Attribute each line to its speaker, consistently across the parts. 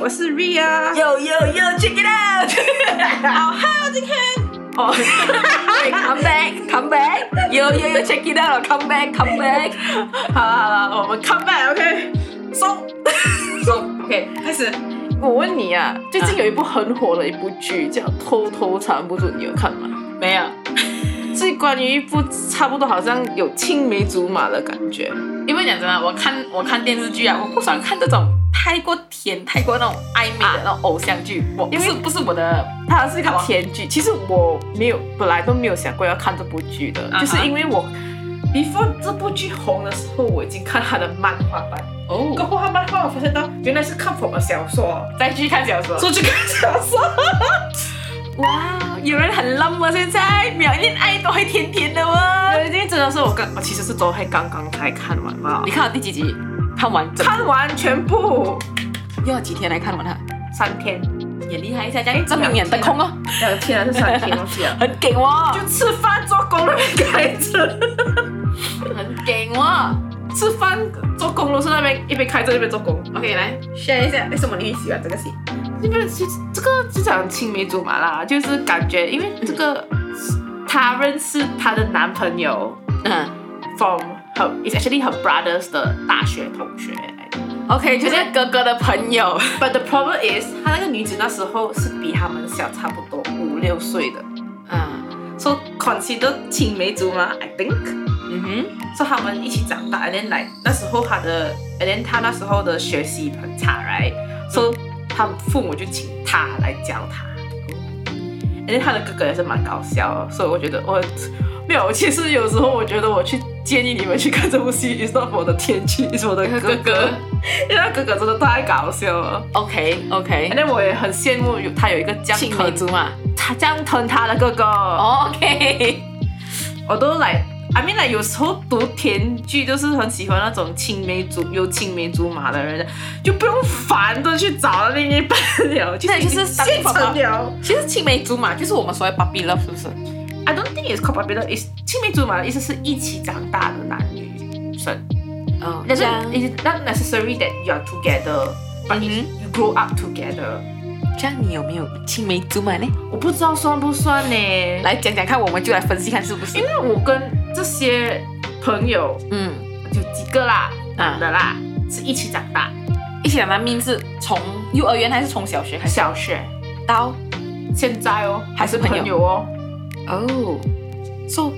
Speaker 1: 我是 Ria。
Speaker 2: Yo yo yo，check it out！
Speaker 1: 好，好，今天
Speaker 2: 哦对，come back，come back。Yo yo yo，check it out，come back，come back。
Speaker 1: 好了好了，我们 come
Speaker 2: oh.
Speaker 1: back，OK，、松
Speaker 2: OK，
Speaker 1: 开始。
Speaker 2: 我问你啊，最近有一部很火的一部剧叫《偷偷藏不住》，你有看吗？
Speaker 1: 没有，
Speaker 2: 是关于一部差不多好像有青梅竹马的感觉。
Speaker 1: 因为讲真的，我看我看电视剧啊，我不喜欢看这种太过甜、太过那种暧昧的那种偶像剧。我不
Speaker 2: 因为
Speaker 1: 是不是我的，
Speaker 2: 它是一个甜剧。其实我没有，本来都没有想过要看这部剧的
Speaker 1: 啊哈
Speaker 2: 就是因为我 before 这部剧红的时候，我已经看它的漫画版。过
Speaker 1: 哦，
Speaker 2: 后他漫画我发现到原来是看我的小说，
Speaker 1: 再去看小说。
Speaker 2: 出去看小说。哇，有人很浪漫，现在
Speaker 1: 秒恋爱都会甜甜的哦。
Speaker 2: 因为哎真的是我刚，我其实是昨天刚刚才看完嘛
Speaker 1: 你，看到第几集？看完整
Speaker 2: 看完全部
Speaker 1: 又要几天来看完它？
Speaker 2: 三天，
Speaker 1: 也厉害一下，这样证明
Speaker 2: 两
Speaker 1: 眼
Speaker 2: 天
Speaker 1: 的空哦，。
Speaker 2: 两天还是三天，忘记了
Speaker 1: 很给我，
Speaker 2: 就吃饭做工那边开着，
Speaker 1: 很给我。
Speaker 2: 吃饭做工都是那边一边开着一边做工。
Speaker 1: OK，来
Speaker 2: share 一下为什么你喜欢这个戏？因为其实这个就讲青梅竹马啦，就是感觉因为这个她认识她的男朋友
Speaker 1: 嗯
Speaker 2: from her is actually her brother's 的大学同学。
Speaker 1: ，OK，就是哥哥的朋友。
Speaker 2: But the problem is，她那个女子那时候是比他们小差不多五六岁的
Speaker 1: 嗯
Speaker 2: ，so consider 青梅竹马，I think。
Speaker 1: 嗯哼，
Speaker 2: so 他们一起长大，and then like 那时候她的，and then 她那时候的学习很差，right？so 她父母就请她来教她。因为他的哥哥也是蛮搞笑的，所以我觉得我没有。其实有时候我觉得我去建议你们去看这部戏，是我的天气，是我的哥
Speaker 1: 哥
Speaker 2: 哥
Speaker 1: 哥，
Speaker 2: 因为他哥哥真的太搞笑了。
Speaker 1: ，OK OK，
Speaker 2: 那我也很羡慕有他有一个江
Speaker 1: 青梅
Speaker 2: 藤，
Speaker 1: 竹马。
Speaker 2: 他江藤他的哥哥。哦，
Speaker 1: OK，
Speaker 2: 我都来。I mean like 有时候读甜剧就是很喜欢那种青梅竹有青梅竹马的人，就不用烦的去找另一半了，就
Speaker 1: 对
Speaker 2: 是
Speaker 1: 就是当
Speaker 2: 现
Speaker 1: 爸
Speaker 2: 成
Speaker 1: 爸
Speaker 2: 了。
Speaker 1: 其实青梅竹马就是我们所谓 puppy love，是不是？
Speaker 2: I don't think it's called popular. It's 青梅竹马的意思是一起长大的男女生。
Speaker 1: 嗯
Speaker 2: That's it's not necessary that you are together, but it's-
Speaker 1: Mm-hmm
Speaker 2: you grow up together.
Speaker 1: 这样你有没有青梅竹马呢？
Speaker 2: 我不知道算不算呢？来，
Speaker 1: 来讲讲看，我们就来分析看是不是？
Speaker 2: 因为我跟这些朋友
Speaker 1: 嗯，
Speaker 2: 有几个啦，
Speaker 1: 啊
Speaker 2: 男的啦，是一起长大，
Speaker 1: 一起讲的命是从幼儿园还是从小学还是
Speaker 2: 小学，
Speaker 1: 到
Speaker 2: 现在哦，
Speaker 1: 还是朋友
Speaker 2: 哦。
Speaker 1: 哦，so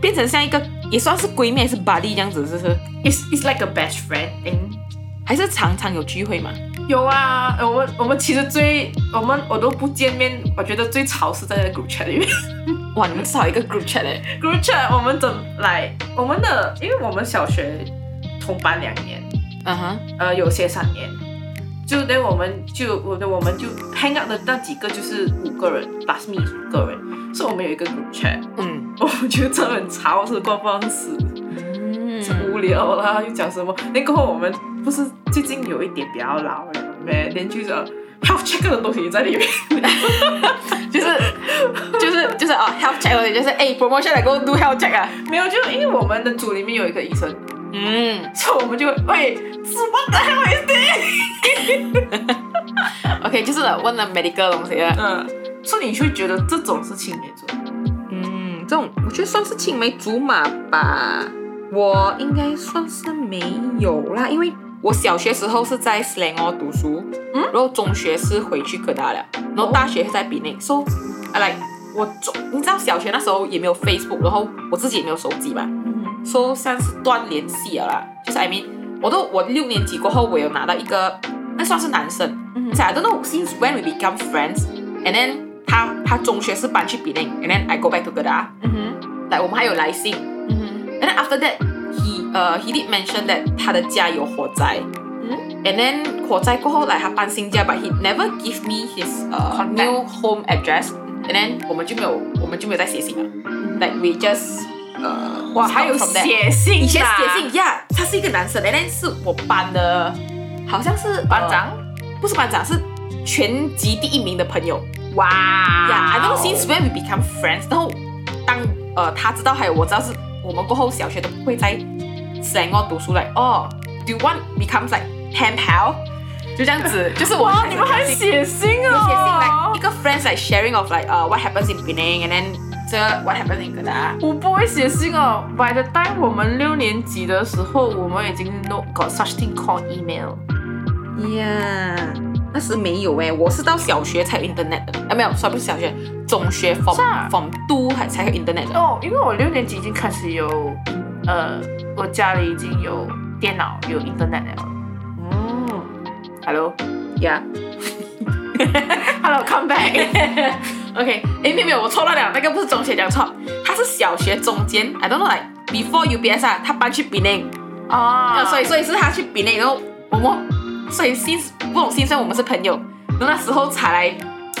Speaker 1: 变成像一个也算是闺蜜还是 buddy 这样子，是不是？
Speaker 2: It's it's like a best friend thing.
Speaker 1: 还是常常有聚会嘛？
Speaker 2: 有啊，我们我们其实最我们我都不见面，我觉得最吵是在那个 group chat 里面。
Speaker 1: 哇，你们至少有一个 group chat 哎、
Speaker 2: group chat 我们怎么来？我们的，因为我们小学同班两年，
Speaker 1: 嗯哼，
Speaker 2: 呃，有些三年，就那我们就我的我们就 hang out 的那几个就是五个人，plus me 五个人，所以我们有一个 group chat，
Speaker 1: 嗯
Speaker 2: 我们觉得这很吵，是过放死，
Speaker 1: 嗯，
Speaker 2: 无聊啦，又讲什么？那过后我们不是最近有一点比较老了咩？连就是 health check 的东西也在里面，
Speaker 1: 就是就是就是哦，health check 或者就是哎、promotion 来给我 do health check 啊，
Speaker 2: 没有，就因为我们的组里面有一个医生，
Speaker 1: 嗯
Speaker 2: 所以我们就喂，什么 the hell is this？
Speaker 1: ，OK，就是问了 medical 的东西啊。
Speaker 2: 嗯，所以你会觉得这种是青梅竹马？
Speaker 1: 嗯，这种我觉得算是青梅竹马吧，我应该算是没有啦，因为我小学时候是在 s l a n g 哦读书，
Speaker 2: 嗯
Speaker 1: 然后中学是回去科大了，然后大学是在比内，so I like 我中，你知道小学那时候也没有 Facebook，然后我自己也没有手机嘛
Speaker 2: 嗯
Speaker 1: ，so 算是断联系了啦，就是 I mean，我都我六年级过后我有拿到一个，那算是男生，
Speaker 2: 嗯
Speaker 1: So I don't know since when we become friends, and then 他他中学是搬去 Penang, and then I go back to Kedah.
Speaker 2: 嗯
Speaker 1: Like 我们还有来信
Speaker 2: 嗯
Speaker 1: ，and then after that he 呃、he did mention that 他的家有火灾
Speaker 2: 嗯
Speaker 1: ，and then 火灾过后来他搬新家，but he never give me his 呃、
Speaker 2: Contact
Speaker 1: new home address, and then 我们就没有我们就没有再写信了，like we just 呃、
Speaker 2: 哇，
Speaker 1: stop
Speaker 2: 还有
Speaker 1: from there
Speaker 2: 写信，
Speaker 1: 以前写信呀他是一个男生，and then 是我班的，好像是
Speaker 2: 班
Speaker 1: 呃
Speaker 2: 长，
Speaker 1: 不是班长是全级第一名的朋友。
Speaker 2: 哇
Speaker 1: Yeah, I don't know since when we become friends. 然后当呃他知道还有我知道是我们过后小学都不会在 s l a n g 读书来哦。Do you want becomes like pen pal? 就这样 子，就是我
Speaker 3: 哇，你们还写信
Speaker 2: 啊
Speaker 1: 有写信
Speaker 3: 哦
Speaker 1: like 一？个 friends like sharing of like 呃、what happens in Penang and then 这 what happens in Kedah。
Speaker 3: 我不会写信
Speaker 2: 啊
Speaker 3: 哦。By the time 我们六年级的时候，我们已经 no got such thing called email。
Speaker 1: Yeah，那时没有哎、我是到小学才有 internet 的，啊没有，算不是小学，中学 from
Speaker 3: 是啊
Speaker 1: from two 还才有 internet 的。
Speaker 3: 哦，因为我六年级已经开始有，呃，我家里已经有电脑有 internet 了。
Speaker 1: 哦
Speaker 3: Hello，Hello，come
Speaker 1: ，Yeah，
Speaker 3: back。
Speaker 1: OK，哎，没有没有，我错乱了，那个不是中学讲错，他是小学中间，I don't know like before UBS 啊，他搬去 Penang，
Speaker 3: 啊
Speaker 1: 啊，所以所以是他去 Penang，然后我们，所以新不懂新生我们是朋友，然后那时候才来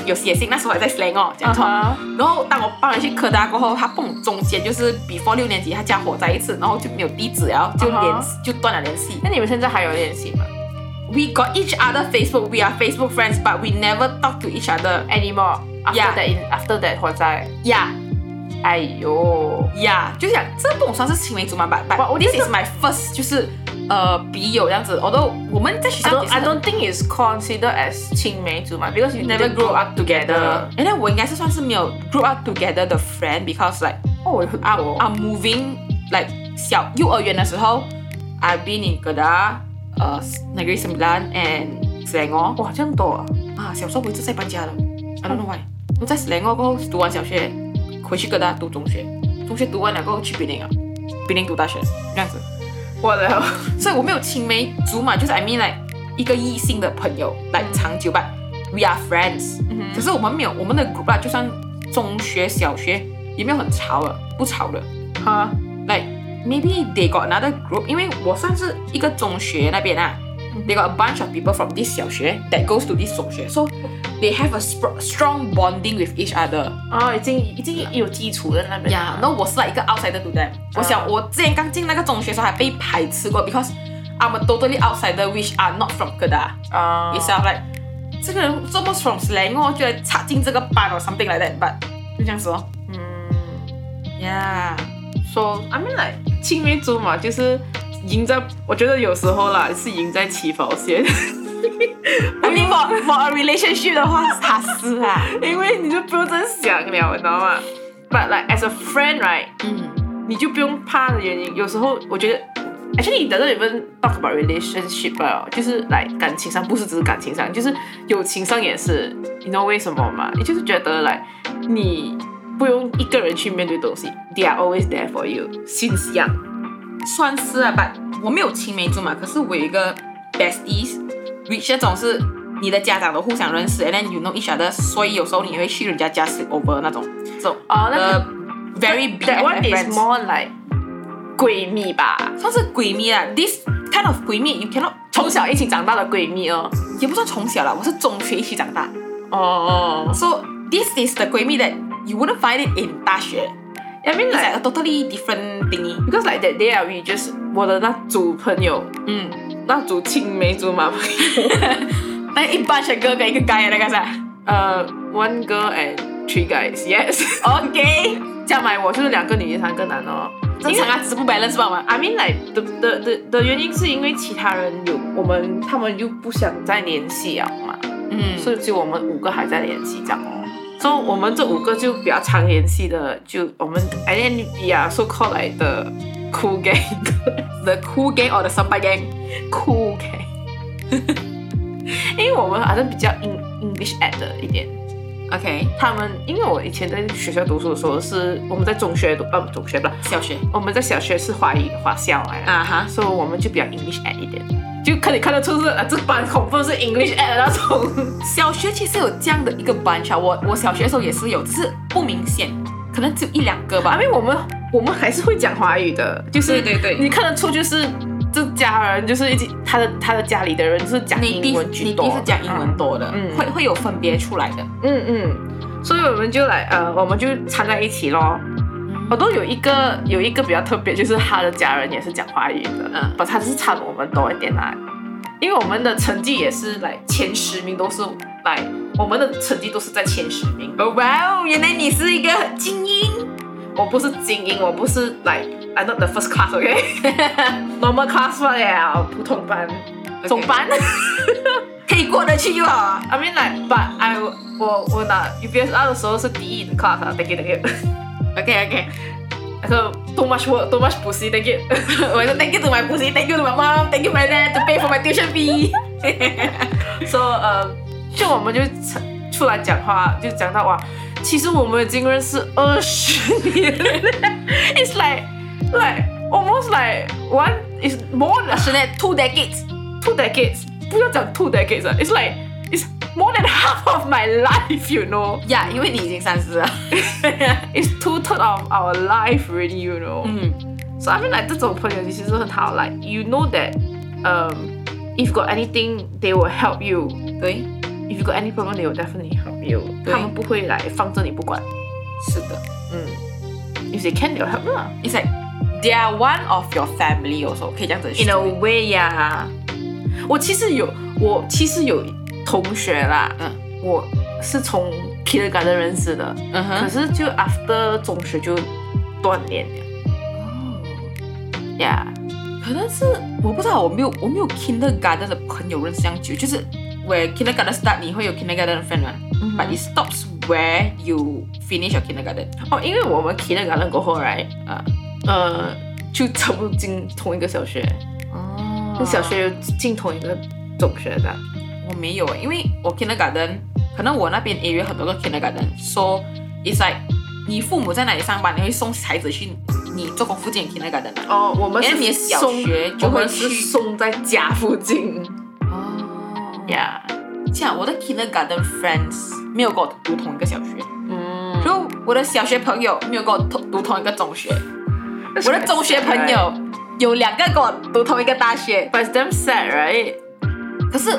Speaker 1: 有写信，那时候还在 slang 哦，讲错。
Speaker 3: 啊
Speaker 1: 然后当我搬回去科大过后，他蹦中间就是 before 六年级他家火灾一次，然后就没有地址了，就联、
Speaker 3: 啊哈
Speaker 1: 就断了联系。
Speaker 3: 那你们现在还有联系吗
Speaker 1: We got each other Facebook, we are Facebook friends, but we never talk to each other.
Speaker 3: ？Anymore after
Speaker 1: Yeah.
Speaker 3: that in- after that 火灾，
Speaker 1: Yeah,
Speaker 3: 哎呦，
Speaker 1: yeah，就想这不算是青梅竹马吧？
Speaker 3: 哇我
Speaker 1: But
Speaker 3: 觉
Speaker 1: this
Speaker 3: 得
Speaker 1: is my first，就是呃笔友这样子。although 我们在学
Speaker 3: I
Speaker 1: 校也
Speaker 3: don't,
Speaker 1: 是
Speaker 3: I don't think it's considered as 青梅竹马 because you
Speaker 1: never
Speaker 3: didn't
Speaker 1: grow up together.
Speaker 3: together.
Speaker 1: And then 我应该是算是没有 grow up together 的 friend because like
Speaker 3: 哦，我有很
Speaker 1: I'm
Speaker 3: 多
Speaker 2: Oh.
Speaker 1: I'm moving like 小幼儿园的时候，I've been in Kedah，呃，Negeri Sembilan and Selangor
Speaker 3: 哇，这样多啊！
Speaker 1: 啊，小时候我一直在搬家的，I don't know why。我在 Selangor 过后读完小学，回去 Kedah 读中学，中学读完了过后去 Penang 啊，Penang 读大学这样子，
Speaker 3: 我的，
Speaker 1: 所以我没有青梅竹马，就是 I mean like 一个异性的朋友来长久吧，We are friends。可是我们没有我们的 group 啊，就算中学、小学也没有很吵了，不吵了。
Speaker 3: 哈，
Speaker 1: like maybe they got another group，因为我算是一个中学那边啊，they got a bunch of people from this 小学 that goes to this 中学，so they have a spr- strong bonding with each other。
Speaker 3: 哦，已经已经有基础在那边
Speaker 1: 呀，
Speaker 3: 了。
Speaker 1: 然后我是 like 一个 outsider to them。我想我之前刚进那个中学的时候还被排斥过，because I'm a totally outsider which are not from Kedah。
Speaker 3: 啊，
Speaker 1: 也是 like 这个人这么 from slang 哦，就来插进这个班哦，something like that，but 就这样子哦。
Speaker 3: 嗯
Speaker 1: 呀，
Speaker 3: ，so
Speaker 2: I mean like 青梅竹马就是赢在，我觉得有时候啦是赢在起跑线， 啊
Speaker 1: I mean for for a relationship 的话，他是啊，
Speaker 2: 因为你就不用真想了，你知道吗？But like as a friend right，
Speaker 1: 嗯。
Speaker 2: 你就不用怕的原因，有时候我觉得。Actually, it doesn't even talk about relationship 啊，就是来感情上，不是只是感情上，就是友情上也是。你知道为什么吗？你就是觉得来，你不用一个人去面对东西，They are always there for you since young。
Speaker 1: 算是啊吧，我没有青梅竹马，可是我有一个 besties，which 那种是你的家长都互相认识，and then you know each other，所以有时候你会去人家家 sleep over 那种，这种
Speaker 3: 哦，那
Speaker 1: 呃
Speaker 3: 个
Speaker 1: very big
Speaker 3: that one is
Speaker 1: friends，
Speaker 3: more like 闺蜜吧，
Speaker 1: 算是闺蜜啊，this kind of 闺蜜 you cannot
Speaker 3: 从小一起长大的闺蜜哦。
Speaker 1: 也不算从小了，我是中学一起长大
Speaker 3: 哦哦
Speaker 1: ，so this is the 闺蜜 that you wouldn't find it in 大学
Speaker 3: ，I mean
Speaker 1: ，it's
Speaker 3: like
Speaker 1: like a totally different thingy，
Speaker 2: Because like that day, I we just 我的那组朋友，
Speaker 1: 嗯，
Speaker 2: 那组青梅竹马朋友，
Speaker 1: 那一般是哥跟一个 guy 啊那个啥
Speaker 2: 呃、o n e girl and three guys, yes，
Speaker 1: ，OK，
Speaker 2: 加埋我就是两个女，三个男哦。
Speaker 1: 正常啊，只是不 balance 罢嘛。
Speaker 2: I mean like the the the 的原因是因为其他人有我们，他们就不想再联系了嘛，
Speaker 1: 嗯
Speaker 2: 所以只有我们五个还在联系这样哦。所、以我们这五个就比较常联系的，就我们 I n we are so called like the cool gang
Speaker 1: the cool gang or the sampai gang，
Speaker 2: cool gang，因为我们好像比较 Eng- English at 的一点。
Speaker 1: OK，
Speaker 2: 他们因为我以前在学校读书的时候是我们在中学读，呃，中学吧，
Speaker 1: 小学
Speaker 2: 我们在小学是华语华校来的，
Speaker 1: 啊哈，
Speaker 2: 所以我们就比较 English at 一点，就可以看得出是呃这班恐怖是 English at 的那种。
Speaker 1: 小学其实有这样的一个 bunch 啊，我我小学的时候也是有，只是不明显，可能只有一两个
Speaker 2: 啊，
Speaker 1: 吧
Speaker 2: 因。为我们我们还是会讲华语的，就是
Speaker 1: 对对对
Speaker 2: 你看得出就是这家人就是一起他的他的家里的人就是讲
Speaker 1: 你第
Speaker 2: 英文
Speaker 1: 你
Speaker 2: 居
Speaker 1: 第
Speaker 2: 多，
Speaker 1: 一是讲英文多的，
Speaker 2: 嗯
Speaker 1: 会会有分别出来的。
Speaker 2: 嗯嗯，所以我们就来呃我们就掺在一起咯。我都有一个有一个比较特别，就是他的家人也是讲华语的，
Speaker 1: 嗯
Speaker 2: 不，他只是差我们多一点啦。因为我们的成绩也是来前十名都是来，我们的成绩都是在前十名。
Speaker 1: 哦哇哦，原来你是一个精英。
Speaker 2: 我不是精英，我不是来，I'm not the first class，OK？Normal class 罢了，普通班，中班。
Speaker 1: 去就好啊。
Speaker 2: I mean like but I 我我拿 UPSR 的时候是第一 in class 啊，thank you thank you，
Speaker 1: OK OK，
Speaker 2: 那个 too much work too much 补习 thank you，
Speaker 1: 我说 Thank you to my pussy, Thank you to my mom, Thank you my dad to pay for my tuition fee。
Speaker 2: so 呃、就我们就出来讲话就讲到哇，其实我们已经认识二十年了 ，it's like like almost like one is more than
Speaker 1: 是那 two decades，
Speaker 2: two decades，不要讲 two decades 啊，it's like it's more than half of my life，you know，it's
Speaker 1: 呀，因为你已经三十了。
Speaker 2: two third of our life really，you know，、
Speaker 1: 嗯
Speaker 2: So I mean like 这种朋友其实很好，like you know that，um, if got anything they will help you。，
Speaker 1: 对，
Speaker 2: If you got any problem they will definitely help you。
Speaker 1: 对
Speaker 2: 他们不会来放着你不管。
Speaker 1: 是的。
Speaker 2: 嗯，If they can they will help you 啊。
Speaker 1: It's like they are one of your family also，可以这样子去
Speaker 2: In a way 呀、我其实有我其实有同学啦，
Speaker 1: 嗯
Speaker 2: 我是从 kindergarten 认识的，
Speaker 1: 嗯
Speaker 2: 可
Speaker 1: 哼，
Speaker 2: 是就 after 中学就断联了。Yeah，
Speaker 1: 可能是我不知道，我没有我没有 kindergarten 的朋友认识这样久，就是 where kindergarten start 你会有 kindergarten friend 嘛、
Speaker 2: 嗯
Speaker 1: b u t it stops where you finish your kindergarten。
Speaker 2: 哦，因为我们 kindergarten 过后，right，
Speaker 1: 啊
Speaker 2: 呃，就全部进同一个小学，
Speaker 1: 哦
Speaker 2: 就小学又进同一个中学的。
Speaker 1: 我没有，因为我 kindergarten 可能我那边 area 很多个 kindergarten，so it's like 你父母在哪里上班，你会送孩子去你做工附近的 kindergarten 的。
Speaker 2: 哦，我们
Speaker 1: 因
Speaker 2: 是
Speaker 1: 为哎你的小
Speaker 2: 送
Speaker 1: 学就
Speaker 2: 我
Speaker 1: 会
Speaker 2: 们是
Speaker 1: 去
Speaker 2: 送在家附近。
Speaker 1: 哦
Speaker 2: Yeah，
Speaker 1: 这样我的 kindergarten friends 没有跟我读同一个小学，
Speaker 2: 嗯，
Speaker 1: 就我的小学朋友没有跟我同读同一个中学， 我的中学朋友有两个跟我读同一个大学，
Speaker 2: ，but it's damn sad right？
Speaker 1: 可是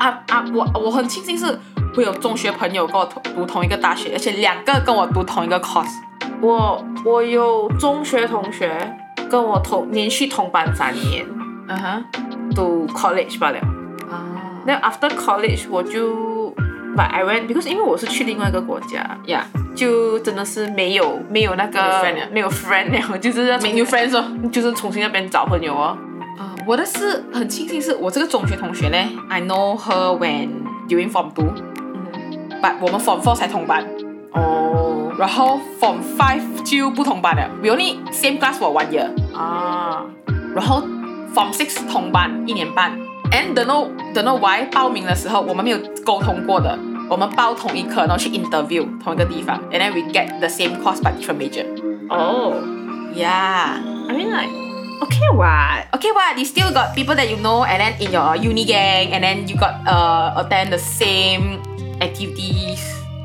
Speaker 1: 啊啊，我我很庆幸是我有中学朋友跟我同读同一个大学，而且两个跟我读同一个 course。
Speaker 2: 我我有中学同学跟我同连续同班三年，
Speaker 1: 嗯哼，
Speaker 2: 读 college 罢了。
Speaker 1: 啊，
Speaker 2: 那 after college 我就 but I went because 因为我是去另外一个国家，
Speaker 1: 呀，
Speaker 2: 就真的是没有没有那个
Speaker 1: 没有 friend 了
Speaker 2: 没有 friend 了， 就是要
Speaker 1: 没 new friends 哦。
Speaker 2: 就是重新那边找朋友哦。
Speaker 1: 啊，我的是很庆幸是我这个中学同学呢，I know her when during form two，but 我们 form four 才同班。
Speaker 2: 哦
Speaker 1: 然后 from five 就不同班了，we only same class for one year，
Speaker 2: 啊，
Speaker 1: 然后 from six 同班一年半，and don't know don't know why 报名的时候我们没有沟通过的，我们报同一科，然后去 interview 同一个地方，and then we get the same course but different major。
Speaker 2: 哦
Speaker 1: Yeah，okay
Speaker 2: ，I mean like okay what？
Speaker 1: but you still got people that you know and then in your uni gang and then you got uh attend the same activities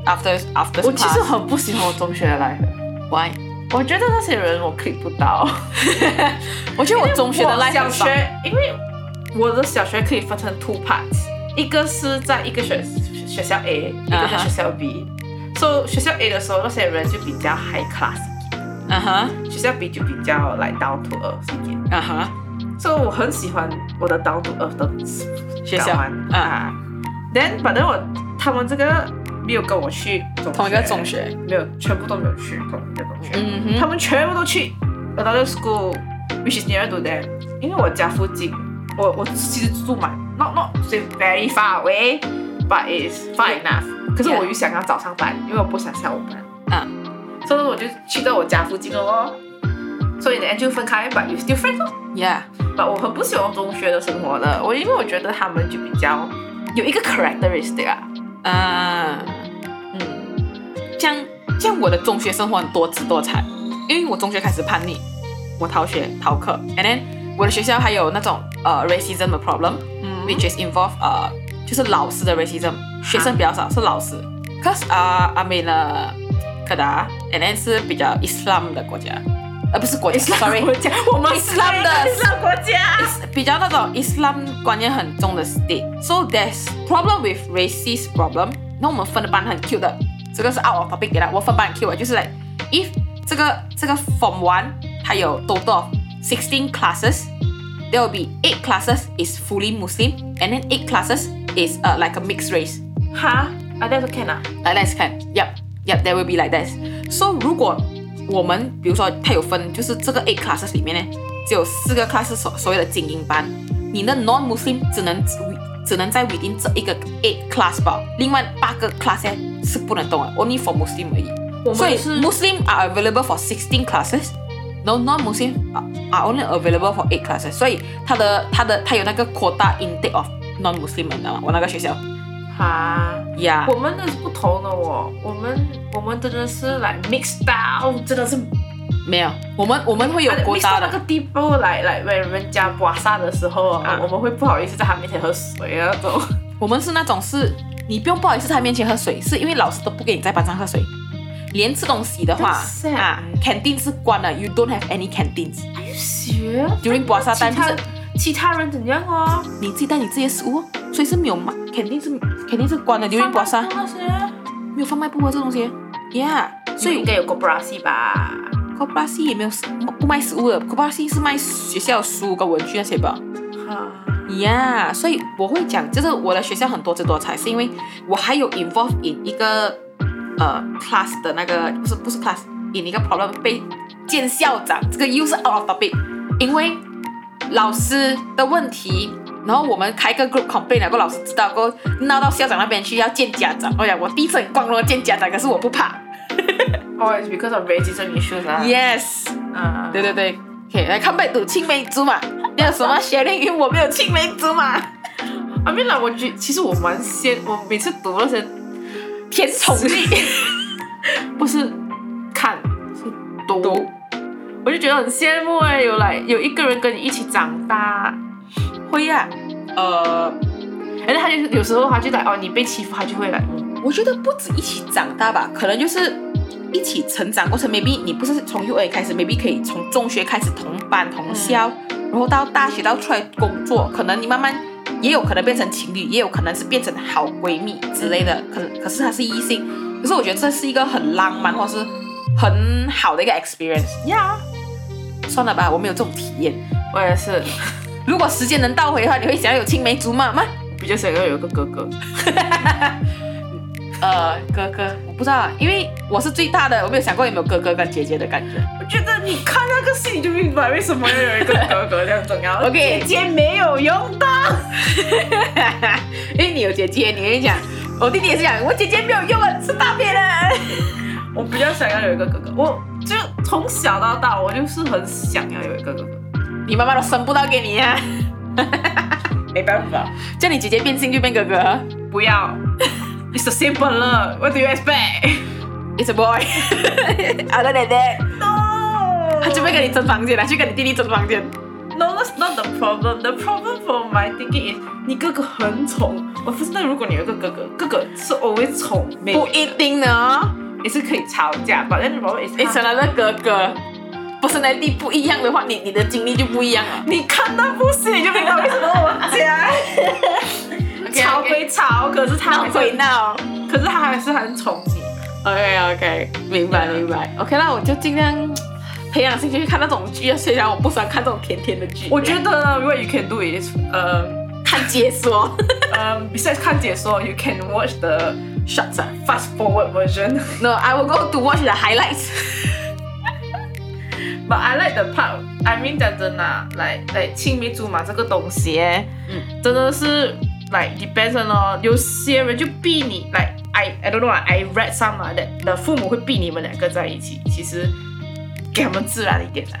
Speaker 1: after after
Speaker 2: 我其实
Speaker 1: class
Speaker 2: 很不喜欢我中学的 life，
Speaker 1: why？
Speaker 2: 我觉得那些人我 click 不 到。
Speaker 1: 我觉得我中学的 life
Speaker 2: 小
Speaker 1: 很爽
Speaker 2: 学，因为我的小学可以分成 two parts，一个是在一个学学校 A，一个在学校 B。so 学校 A 的时候，那些人就比较 high class，
Speaker 1: 嗯哼
Speaker 2: 学校 B 就比较来 down to earth 一点。
Speaker 1: 嗯哼
Speaker 2: so 我很喜欢我的 down to earth 的
Speaker 1: 学校
Speaker 2: 环
Speaker 1: 啊
Speaker 2: 啊。then 反正我他们这个没有跟我去
Speaker 1: 同一个中，学。Mm-hmm.
Speaker 2: 没有全部都没有去同一个中学。
Speaker 1: 嗯
Speaker 2: 他
Speaker 1: 哼，
Speaker 2: 们全部都去 another school，which is near to them。因为我家附近，我我其实住蛮 not not so very far away，but it's far enough。可是我又想要早上班，因为我不想下午班，
Speaker 1: 嗯，
Speaker 2: 所以我就去到我家附近了哦。所以呢就分开，but you still friends 哦。
Speaker 1: 呀，
Speaker 2: but 我很不喜欢中学的生活的，我因为我觉得他们就比较有一个 characteristic 啊，
Speaker 1: 啊，
Speaker 2: 嗯，
Speaker 1: 这样这样我的中学生活很多姿多彩，因为我中学开始叛逆，我逃学逃课，and then 我的学校还有那种呃 racism 的 problem，which
Speaker 2: 嗯
Speaker 1: is involve 呃就是老师的 racism，学生比较少是老师，cause 啊、uh, I mean 呃可达，and then 是比较 Islam 的国家，呃不是国家，sorry，
Speaker 2: 国家， 我们
Speaker 1: Islam 的
Speaker 2: 伊斯兰国家，
Speaker 1: Is- 比较那种 Islam 观念很重的 state，so there's problem with racist problem。那我们分的班很 cute 的，这个是 out of topic 给他，我分班很 cute 的，就是 like if 这个这个 form one 它有 total of sixteen classes。There will be eight classes is fully Muslim, and then eight classes is uh, like a mixed race.
Speaker 2: 哈，啊，那是 can 啊。
Speaker 1: Like that's kind. Yep, yep. There will be like that. So 如果我们比如说它有分，就是这个 eight classes 里面呢，只有四个 class 是所所谓的精英班，你的 non Muslim 只能只能在 within 这一个 eight class 吧，另外八个 class 呢是不能动的，only for Muslim 而已。
Speaker 2: 我
Speaker 1: 所以
Speaker 2: 们是
Speaker 1: Muslim are available for sixteen classes。No, non-Muslim are are only available for eight classes，所以它的它的它有那个 quota intake of non-Muslim，你知道吗？我那个学校
Speaker 2: 啊，
Speaker 1: ，Yeah，
Speaker 2: 我们的是不同的哦，我们我们真的是来 mixed down，真的是
Speaker 1: 没有，我们我们会有
Speaker 2: mixed
Speaker 1: quota
Speaker 2: down 那
Speaker 1: 的
Speaker 2: 个，地步来来为人家刮痧的时候啊
Speaker 4: 啊，
Speaker 2: 我们会不好意思在他面前喝水啊那种。
Speaker 1: 我们是那种是，你不用不好意思在他面前喝水，是因为老师都不给你在班上喝水。连吃东西的话
Speaker 2: That's sad
Speaker 1: 啊，canteen 是关了，you don't have any canteens
Speaker 2: 学
Speaker 1: during 巴沙
Speaker 2: 其
Speaker 1: 丹，就
Speaker 2: 他
Speaker 1: 是
Speaker 2: 其他人怎样哦？
Speaker 1: 你自己带你自己的食物哦，所以是没有嘛，canteen 是 canteen 是关了，during 巴沙
Speaker 2: 那些
Speaker 1: 没有贩卖部啊这东西，yeah，所
Speaker 2: 所以
Speaker 1: 以
Speaker 2: 应该有个 b r a s 吧？
Speaker 1: 科巴西也没有食不卖食物的，科巴西是卖学校书跟文具那些吧。
Speaker 2: 啊，
Speaker 1: 呀所以我会讲，就是我的学校很多姿多彩，是因为我还有 involve in 一个呃 class 的那个不是不是 class in 一个 problem 被见校长，这个又是 out of topic，因为老师的问题，然后我们开个 group complain，两个老师知道过后闹到校长那边去要见家长，哎呀，我第一次很光荣地见家长，可是我不怕。
Speaker 2: 哦，it's because of racism issues 啊。
Speaker 1: Yes，
Speaker 2: 嗯，
Speaker 1: 对对对，OK，来看拜读青梅竹马，没有什么学历，因为我没有青梅竹马，
Speaker 2: 阿米拉，我觉其实我蛮先，我每次读那些
Speaker 1: 甜宠力。
Speaker 2: 不是看是读，
Speaker 1: 读
Speaker 2: 我就觉得很羡慕哎、有来有一个人跟你一起长大，
Speaker 1: 会呀、呃，
Speaker 2: 而且他就是有时候他就来哦，你被欺负他就会来，嗯
Speaker 1: 我觉得不止一起长大吧，可能就是一起成长过程。maybe 你不是从幼儿园开始，maybe 可以从中学开始同班同校，然后到大学到出来工作，可能你慢慢也有可能变成情侣，也有可能是变成好闺蜜之类的。可可是他是异性，可是我觉得这是一个很浪漫或是很好的一个 experience。
Speaker 2: 呀、
Speaker 1: 算了吧，我没有这种体验。
Speaker 2: 我也是，
Speaker 1: 如果时间能倒回的话，你会想要有青梅竹马吗？
Speaker 2: 比较想要有一个哥哥，
Speaker 1: 呃，哥哥，我不知道啊，因为我是最大的，我没有想过有没有哥哥跟姐姐的感觉。
Speaker 2: 我觉得你看那个戏你就明白为什么要有一个哥哥这样重 要
Speaker 1: OK
Speaker 2: 姐姐没有用的，
Speaker 1: 因为你有姐姐，你会讲，我弟弟也是讲，我姐姐没有用啊，是大便人。
Speaker 2: 我比较想要有一个哥哥，我就从小到大我就是很想要有一个哥哥，
Speaker 1: 你妈妈都生不到给你啊，
Speaker 2: 没办法，
Speaker 1: 叫你姐姐变性就变哥哥
Speaker 2: 不要，it's simple 了，what do you expect？
Speaker 1: ，It's a boy。好的，奶奶，他就会跟你争房间了，去跟你弟弟争房间。
Speaker 2: No, that's not the problem. The problem for my thinking is 你哥哥很宠。我不知道如果你有一个哥哥，哥哥是 always 宠妹
Speaker 1: 不
Speaker 2: 妹，
Speaker 1: 一定呢哦
Speaker 2: 也是可以吵架。But then the problem is
Speaker 1: ，It's another 哥哥。不是能力不一样的话，你你的经历就不一样了。
Speaker 2: 你看那部戏你就明白为什 么我们 家吵归吵，可是他
Speaker 1: 闹
Speaker 2: 还
Speaker 1: 归
Speaker 2: 是，
Speaker 1: 闹。
Speaker 2: 可是他还是很宠你。
Speaker 1: OK OK，明白
Speaker 2: 啊
Speaker 1: 明白。OK，那我就尽量培养兴趣去看那种剧啊。虽然我不喜欢看这种甜甜的剧，
Speaker 2: 我觉得 what you can do is 呃
Speaker 1: 看解说
Speaker 2: 呃，besides 看解说，you can watch the
Speaker 1: shots 啊。
Speaker 2: fast forward version.
Speaker 1: No, I will go to watch the highlights.
Speaker 2: But I like the part. I mean 讲真啦，来来青梅竹马这个东西，
Speaker 1: 嗯
Speaker 2: 嗯，真的是来 depends on 哦。有些人就逼你来，I I don't know 啊，I read some 啊，that 的父母会逼你们两个在一起，其实给他们自然一点啦，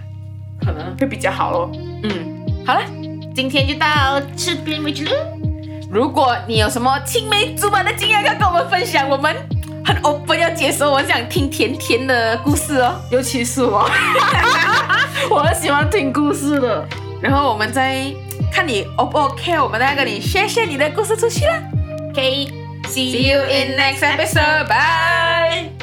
Speaker 2: 啊
Speaker 1: 可能，
Speaker 2: 会比较 好咯。
Speaker 1: 嗯，好了，今天就到这边为止了。如果你有什么青梅竹马的经验要跟我们分享，我们很 open 要接受，我想听甜甜的故事 哦。
Speaker 2: 尤其是我，我很喜欢听故事的。
Speaker 1: 然后我们再看你 O 不 OK，我们再跟你 share share 你的故事出去啦。
Speaker 2: OK，see
Speaker 1: See you in next episode. Bye.